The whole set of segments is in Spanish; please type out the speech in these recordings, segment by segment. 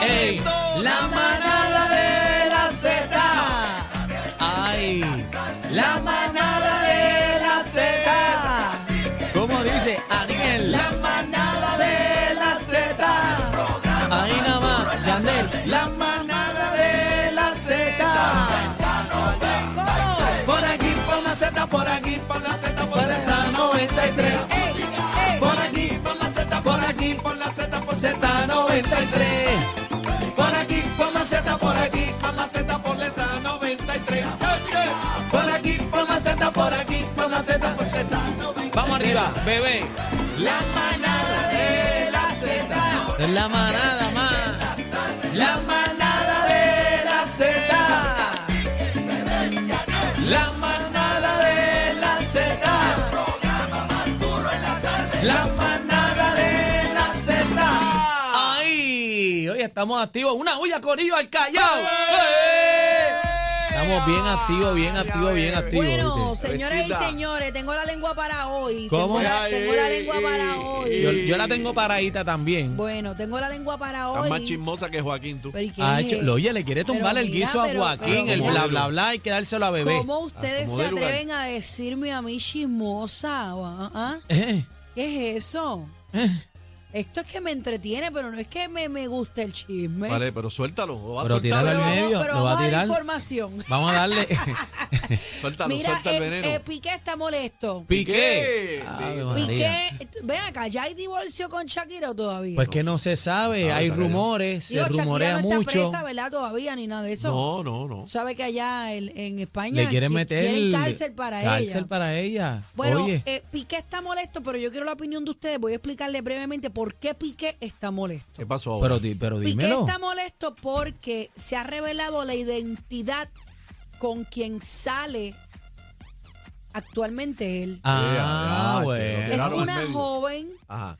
Ay, la manada de la Z. Ay, la manada de la Z. ¿Cómo dice Aniel? La manada de la Z. Ahí nada más, Yandel. La manada de la Z. Por aquí, por la Z, por aquí, por la Z, por Z, 93. Por aquí, por la Z, por aquí, por la Z, por Z, 93. Por aquí, por la Z, por aquí, por la Z, por Z, 93. Por aquí, por la Z, por aquí, por la Z, por Z, 93. Vamos arriba, bebé. La manada de la Z. Es la manada más. La manada de la Z. La manada de la Z. La manada de la Z. ¡Ay! Hoy estamos activos. Una huya corillo al callao. ¡Eh! Estamos bien activos, bien activos, bien activos. Bueno, ¿viste? señoras y Bebecita. señores, tengo la lengua para hoy. ¿Cómo? Tengo la, Ay, tengo la lengua para hoy. yo, yo la tengo paradita también. Bueno, tengo la lengua para Estás más hoy. chismosa que Joaquín, tú. Pero ¿y qué? Ah, hecho- lo- oye, le quiere tumbar Pero el mira, guiso pero- a Joaquín, pero el mira. bla, bla, bla, y quedárselo a bebé. ¿Cómo ustedes como se de lugar. atreven a decirme a mí chismosa? Ah, ah, ah. Eh, ¿Qué es eso? Esto es que me entretiene, pero no es que me, me gusta el chisme. Vale, pero suéltalo. o va a Pero soltar, tíralo al pero vamos, medio, pero lo va a vamos a, tirar. la información. Vamos a darle. Suéltalo, Mira, suelta el eh, veneno. eh, Piqué está molesto. Piqué. Piqué. Ave Piqué. María. Piqué, ven acá, ¿ya hay divorcio con Shakira o todavía? Pues que no se sabe, sabe, hay todavía. rumores, Digo, se rumorea Shakira no mucho. está presa, ¿verdad? Todavía ni nada de eso. No, no, no. Sabe que allá el- en España Le quieren qui- meter quieren cárcel para cárcel ella. para ella. Bueno, Oye, eh, Piqué está molesto, pero yo quiero la opinión de ustedes. Voy a explicarles brevemente por qué Piqué está molesto. ¿Qué pasó ahora? pero, di- pero Piqué dímelo. está molesto porque se ha revelado la identidad con quien sale actualmente él. Ah, Ah, bueno. que es claro, en una medio. joven. Ajá.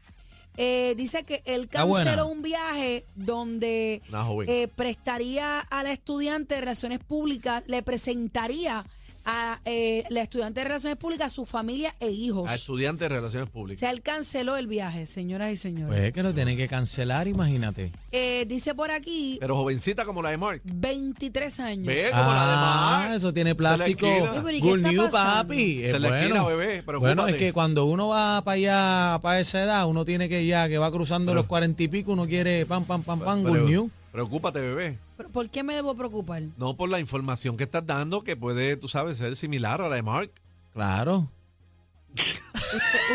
Eh, dice que él Está buena. canceló un viaje donde Una joven. eh, prestaría a la estudiante de Relaciones Públicas, le presentaría a eh, la estudiante de Relaciones Públicas, su familia e hijos. A estudiante de relaciones O públicas. sea, él canceló el viaje, señoras y señores. Pues es que lo tienen que cancelar, imagínate. Eh, dice por aquí, Pero jovencita como la de Mark. 23 años. Ve como la de Ah, Mark. eso tiene Se le plástico. esquina. Uy, pero ¿y qué Good está news, pasando? papi. Es Se le esquina, bueno. bebé, preocúpate. Bueno, es que cuando uno va para allá, para esa edad, uno tiene que ya, que va cruzando los cuarenta y pico, uno quiere pam, pam, pam, pam, Pero- good news. Preocúpate, bebé. ¿Pero ¿Por qué me debo preocupar? No por la información que estás dando, que puede, tú sabes, ser similar a la de Mark. Claro. Usted-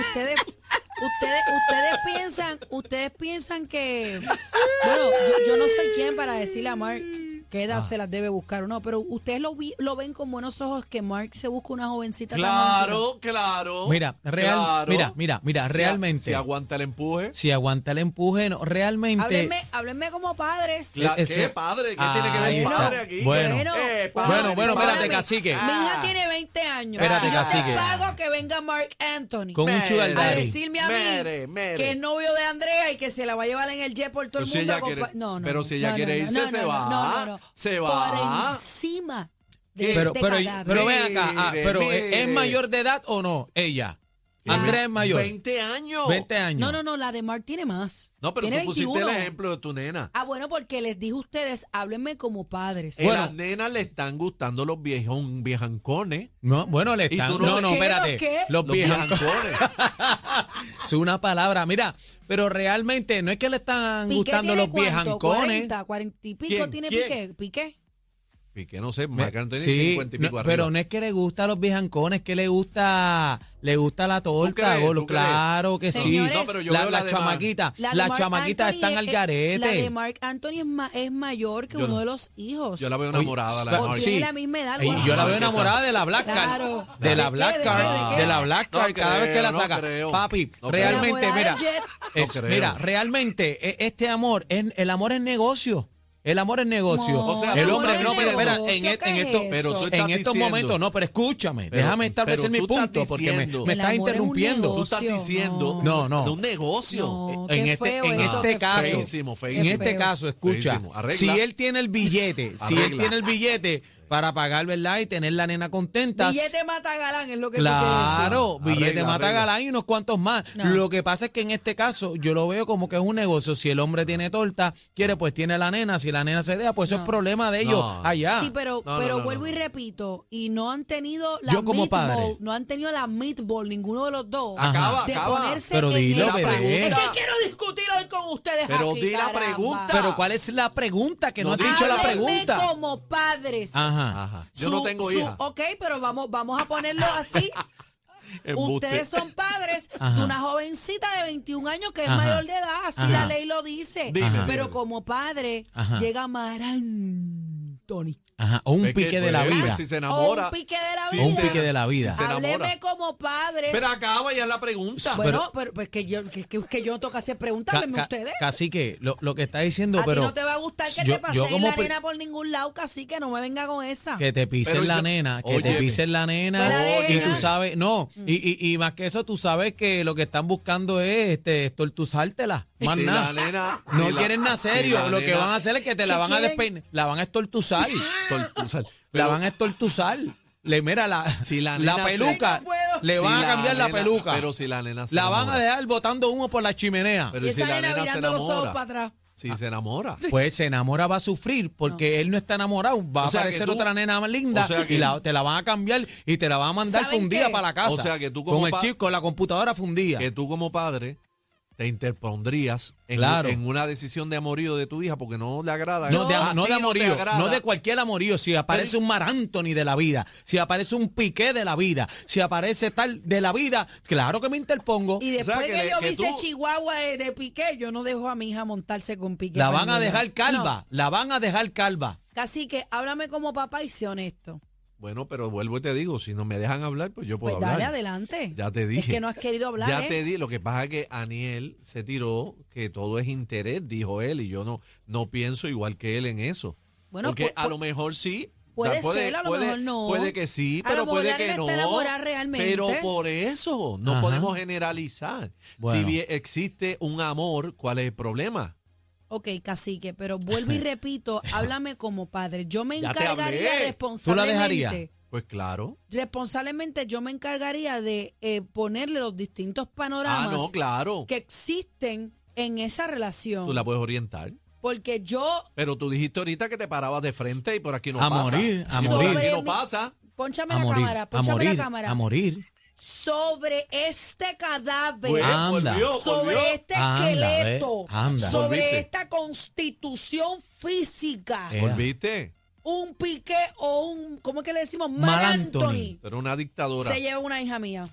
ustedes, ustedes, ustedes piensan, ustedes piensan que, bueno, yo, yo no sé quién para decirle a Mark qué Ah. edad se las debe buscar o no, pero ustedes lo, vi- lo ven con buenos ojos que Mark se busca una jovencita. tan jovencita. Claro, claro. Mira, real- mira, mira, mira, Si a- realmente. Si aguanta el empuje. Si aguanta el empuje, no, realmente. Háblenme, háblenme como padres. La- Eso- ¿Qué padre? ¿Qué Ah, tiene que ahí ver está. padre aquí? Bueno. Eh, padre, Ah. Bueno, bueno, espérate, perdóname. cacique. Mi hija tiene 20 años. Espérate, y yo cacique. te pago que venga Mark Anthony. Con un Mere. sugar a daddy. decirme a mí Mere, mere. que es novio de Andrea y que se la va a llevar en el jet por todo Pero el si mundo. ella a compa- quiere- no, no, pero no, si ella no, quiere no, irse, no, se no, va, No, no, no. se Por va. encima de Pero, este pero, cadáver. pero ven acá, ah, Mire, pero ¿es mire. Ah, mayor de edad o no? Ella. Tiene Andrea es mayor. 20, 20 años. años. No, no, no, la de Mark tiene más. No, pero tú tiene pusiste 21. el ejemplo de tu nena. Ah, bueno, porque les dije a ustedes, háblenme como padres. A Bueno. las nenas le están gustando los viejón, viejancones. No, bueno, le ¿Y están. tú No, no no, ves qué? espérate. ¿Los qué? Los Los viejos. viejancones. Es una palabra. Mira, pero realmente no es que le están Piqué gustando tiene los cuánto, viejancones. 40, 40 y pico ¿Quién? tiene ¿Quién? Piqué. Piqué. y que no sé, Marc Anthony Sí, 50 y pico no, arriba. pero no es que le gusta los viejancones, que le gusta, le gusta la torta, crees? golo, ¿Tú crees? claro que Señores, sí. No, pero yo la, veo la la de Mar- chamaquita, La de Ah, las Marc chamaquitas Anthony están es- al es- garete. La de Mark Anthony es, ma- es mayor que Yo uno no. de los hijos. Yo la veo enamorada, la de Oye, Marc. tiene la misma edad, Y guau. yo la veo Ah, enamorada de la Black Card. Claro. De ¿De la qué? Black ¿De Card. qué? De la Black No Card cada creo, vez que la no saca. creo. Papi, No realmente, creo. mira. Enamorada del Jet. es- No creo. mira, realmente, e- este amor, en- el amor es negocio. El amor es negocio. No, O sea, el el hombre, amor no, es pero espera, en, negocio, et- ¿qué en es esto- eso? Pero tú en estás estos diciendo- momentos, no, pero escúchame, Pero- déjame establecer pero mi tú estás punto, porque me, me diciendo- El estás amor es un interrumpiendo. Tú estás Socio, diciendo no. No, no. de un negocio. Eh, No, en qué este, feo en eso, este qué caso, feísimo, feísimo. en este Qué feo. caso, escucha, Feísimo, arregla. si él tiene el billete, si él Arregla. tiene el billete, para pagar, ¿verdad? Y tener la nena contenta. Billete mata galán es lo que tú Claro, decir. billete Arregla, mata arregla. galán y unos cuantos más. No. Lo que pasa es que en este caso yo lo veo como que es un negocio. Si el hombre tiene torta, quiere, pues tiene la nena. Si la nena se deja, pues eso No. es problema de ellos No. allá. Sí, pero, No, no, pero no, vuelvo no. y repito, y no han tenido la Yo como meatball, padre. no han tenido la meatball, ninguno de los dos, Ajá. Acaba, de acaba. ponerse Pero en dilo, esta. bebé. Es que quiero discutir hoy con ustedes Pero aquí, di la caramba. pregunta. ah. Pero ¿cuál es la pregunta? Que no, No has dicho la Háblenme pregunta. como padres. Ajá. Ajá. Yo no Su- tengo su- hija. Ok, pero vamos, vamos a ponerlo así. Embuste. Ustedes son padres Ajá. de una jovencita de 21 años que es Ajá. mayor de edad, así Ajá. la ley lo dice. Dime, Ajá. Pero dime. como padre Ajá. llega Marán Tony. Ajá. O un Es que, pique de la pues, vida. Si se enamora. O Ah, un pique de la si O un vida. se- pique de la vida. Se enamora. Hábleme como padres. Pero acaba ya la pregunta. bueno, pero, pero es que yo, que, que- que yo no tengo que hacer preguntas, háblenme ustedes. Casi que lo, lo que está diciendo, a pero ti no te va a gustar que yo- te yo pasen como la pri- arena por ningún lado, casi que no me venga con esa. Que te pisen Pero la yo- nena, que te Óyeme. pisen la nena. Fuera de Mm. y ella. tú sabes, no, y, y, y más que eso, tú sabes que lo que están buscando es este, estortuzártela. Más Si nada. la nena- no si la- quieren nada si serio. la lo que nena- van a hacer es que te la ¿Qué van a quieren? despeinar. La van a estortuzar. Tortuzar. la Pero- van a estortuzar. Le mira la, Si la la nena se- peluca. Ay, no puedo. le si van a cambiar la nena- peluca. Pero si la nena se la van a enamora. dejar botando humo por la chimenea. Pero Y si esa la nena nena se mirando los ojos enamora. para atrás. Si se enamora. Pues se enamora, va a sufrir porque él no está enamorado. Va O sea a que aparecer tú- otra nena más linda o sea que- y la- te la van a cambiar y te la van a mandar ¿Saben fundida qué? para la casa. O sea que tú con como el pa- chip, con la computadora fundida. que tú como padre te interpondrías en, Claro. en una decisión de amorío de tu hija porque no le agrada. No, de, A no ti de amorío, te no, agrada. de cualquier amorío. Si aparece ¿Eh? un Mar Anthony de la vida, si aparece un Piqué de la vida, si aparece tal de la vida, claro que me interpongo. Y O sea, después que, que le- yo que vi ese tú- Chihuahua de, de Piqué, yo no dejo a mi hija montarse con Piqué. La para van a ningún dejar lado. calva, la van a dejar calva. No, Así que háblame como papá y sé honesto. Bueno, pero vuelvo y te digo, si no me dejan hablar, pues yo Pues puedo dale hablar. adelante. Ya te dije. Es que no has querido hablar. Ya ¿eh? te di, lo que pasa es que Aniel se tiró que todo es interés, dijo él, y yo no, no pienso igual que él en eso. Bueno, Porque pu- a pu- lo mejor sí. puede da- ser, a lo puede- mejor no. Puede que sí, A lo pero mejor puede la que nena no. está enamorada realmente. Pero por eso no Ajá. podemos generalizar. Si Bueno. bien existe un amor, ¿cuál es el problema? Ok, cacique, pero vuelvo y repito, háblame como padre. Yo me Ya te hablé. encargaría ¿Tú la dejarías? responsablemente. Pues claro. Responsablemente yo me encargaría de eh, ponerle los distintos panoramas Ah, no, claro. que existen en esa Tú relación. la puedes orientar. Porque yo Pero tú dijiste ahorita que te parabas de frente y por aquí no A pasa. morir, a Y por morir. aquí no Sobre- pasa. Pónchame A la morir, cámara, a pónchame morir, la cámara. a morir. Sobre este cadáver, Pues, Ah, Anda. volvió, sobre volvió. este Anda, esqueleto, ve, anda. sobre Volviste. esta constitución física, Eh. ¿Volviste? un pique o un, ¿cómo es que le decimos? Mal Mal Anthony. Anthony. Tú eres una dictadora. Se lleva una hija mía.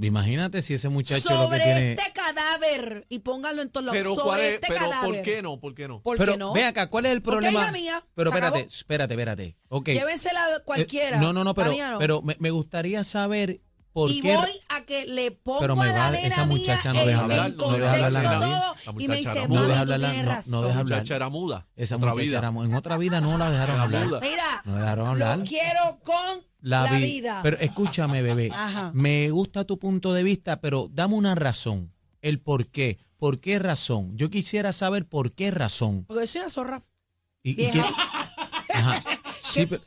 Imagínate si ese muchacho lo que sobre tiene. este cadáver y póngalo en todos lados. Pero, sobre ¿cuál es- este pero cadáver. ¿por qué no? ¿Por qué no? ¿Por qué Pero no? ve acá, ¿cuál es el Porque es problema? la mía, Pero se espérate, acabó. espérate, espérate. Ok. Llévensela cualquiera. Eh, No, no, no, pero, la mía pero me, me gustaría saber por y qué. voy a que le pongo Pero me a la va- nena esa muchacha mía no deja en- hablar, en no deja contexto hablar a nadie. todo, La y me muchacha dice, no mami, deja tú hablar a- tienes no- no razón. deja La hablar. muchacha era muda. Esa otra muchacha vida. era mu- en otra vida no la dejaron Era hablar. muda. Mira, No dejaron hablar. lo quiero con la, vi- vida. Pero escúchame, bebé. Ajá. Me gusta tu punto de vista, pero dame una razón. El por qué. ¿Por qué razón? Yo quisiera saber por qué razón. Porque yo soy una zorra. Y, y Vieja. que- ajá. Sí, pero-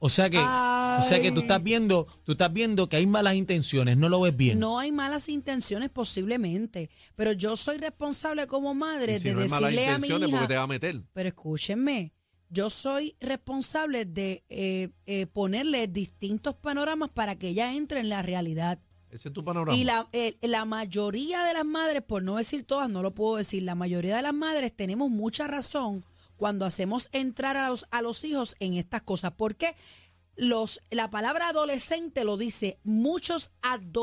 o sea que, o sea que tú Ay. estás viendo, tú estás viendo que hay malas intenciones, no lo ves bien. No hay malas intenciones posiblemente, pero yo soy responsable como madre Y si de no hay malas decirle a mi intenciones, hija, porque te va a meter. pero escúchenme, yo soy responsable de eh, eh, ponerle distintos panoramas para que ella entre en la realidad. Ese es tu panorama. Y la, eh, la mayoría de las madres, por no decir todas, no lo puedo decir, la mayoría de las madres tenemos mucha razón cuando hacemos entrar a los, a los hijos en estas cosas. Porque los, la palabra adolescente lo dice, muchos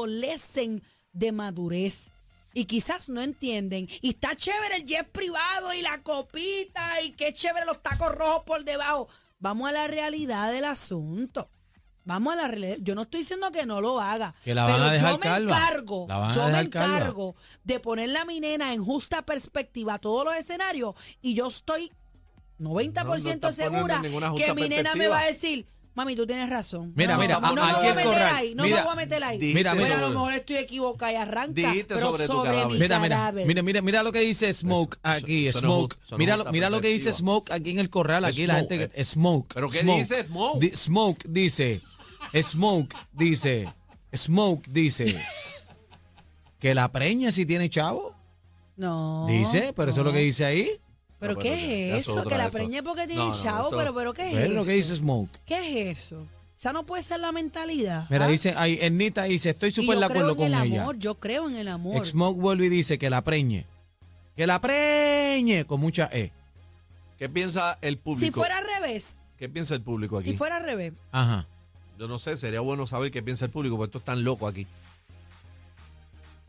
adolecen de madurez. Y quizás no entienden. Y está chévere el jet privado y la copita y qué chévere los tacos rojos por debajo. Vamos a la realidad del asunto. Vamos a la realidad. Yo no estoy diciendo que no lo haga. Que la van Pero a dejar yo me calva. encargo, La van a yo me dejar calva. encargo de ponerle a mi nena en justa perspectiva a todos los escenarios y yo estoy 90% No, no estás poniendo segura ninguna que justa mi nena me perspectiva. va a decir, Mami, tú tienes razón. Mira, no, mira, no, a- no me voy aquí a en meter Corral, ahí, no mira, me voy a meter ahí. dijiste Mira, a lo sobre- mejor estoy equivocada y arranca, Dijiste pero sobre sobre, tu cadáver. mi Mira, mira, cadáver. mira, mira, mira lo que dice Smoke aquí, eso no es Smoke. ju- eso no mira, es lo- justa mira lo que dice perspectiva. Smoke aquí en el corral, aquí la Smoke, gente que eh. Smoke. ¿Pero qué Smoke. dice Smoke? Di- Smoke dice, Smoke dice, Smoke dice que la preña si tiene chavo, No. dice, pero eso es lo que dice ahí. ¿Pero No, pero qué ya es es eso? otra, Que la eso. preñe porque tiene No, no, chavo, eso- pero, pero ¿qué es Pero es eso? Pues lo que dice Smoke. ¿Qué es eso? O sea, no puede ser la mentalidad. Mira, ¿ah? dice, ahí, Ernita dice, estoy Y súper yo de creo acuerdo en con el ella. amor, yo creo en el amor. Smoke vuelve y dice que la preñe. Que la preñe con mucha E. ¿Qué piensa el público? Si fuera al revés, ¿Qué piensa el público aquí? si fuera al revés, Ajá. Yo no sé, sería bueno saber qué piensa el público, porque esto es tan loco aquí.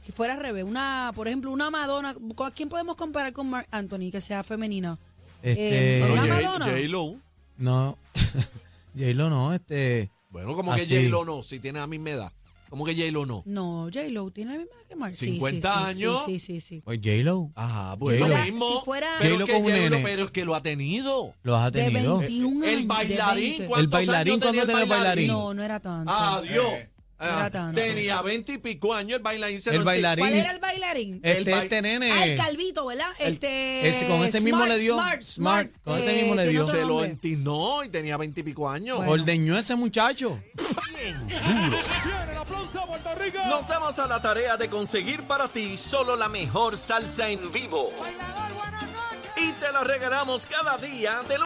si fuera al revés, una, por ejemplo, una Madonna, ¿con quién podemos comparar con Mark Anthony que sea femenina? Este, Eh, Pero Una J- Madonna. J-Lo. No. J-Lo no, este. Bueno, como Así. que J-Lo no, si tiene la misma edad. ¿Cómo que J-Lo no? No, J Lo tiene la misma edad que Mark. Sí, sí, 50 sí, sí, años. Sí, sí, sí. Pues J-Lo. Ajá, bueno, J-Lo. lo mismo. Si fuera- pero, J-Lo es que con un J-Lo, nene. pero es que lo ha tenido. Los ha De tenido. 21 años, El de bailarín, 20. ¿cuántos El bailarín, años ¿cuándo tenía el tenía el bailarín? No, no era tanto. Adiós. Era Ah, Eh, tanto. tenía veinte y pico años el bailarín. se El lo- bailarín. ¿Cuál era el bailarín? Este, El ba- este nene. Ah, el calvito, ¿verdad? el- este, ese- con ese mismo le dio, Smart, Smart, smart, Eh, con ese mismo le tiene dio. otro Se lo nombre. entinó y tenía veinte y pico años. Bueno. Ordeñó ese muchacho. Nos damos a la tarea de conseguir para ti solo la mejor salsa en vivo. Y te la regalamos cada día de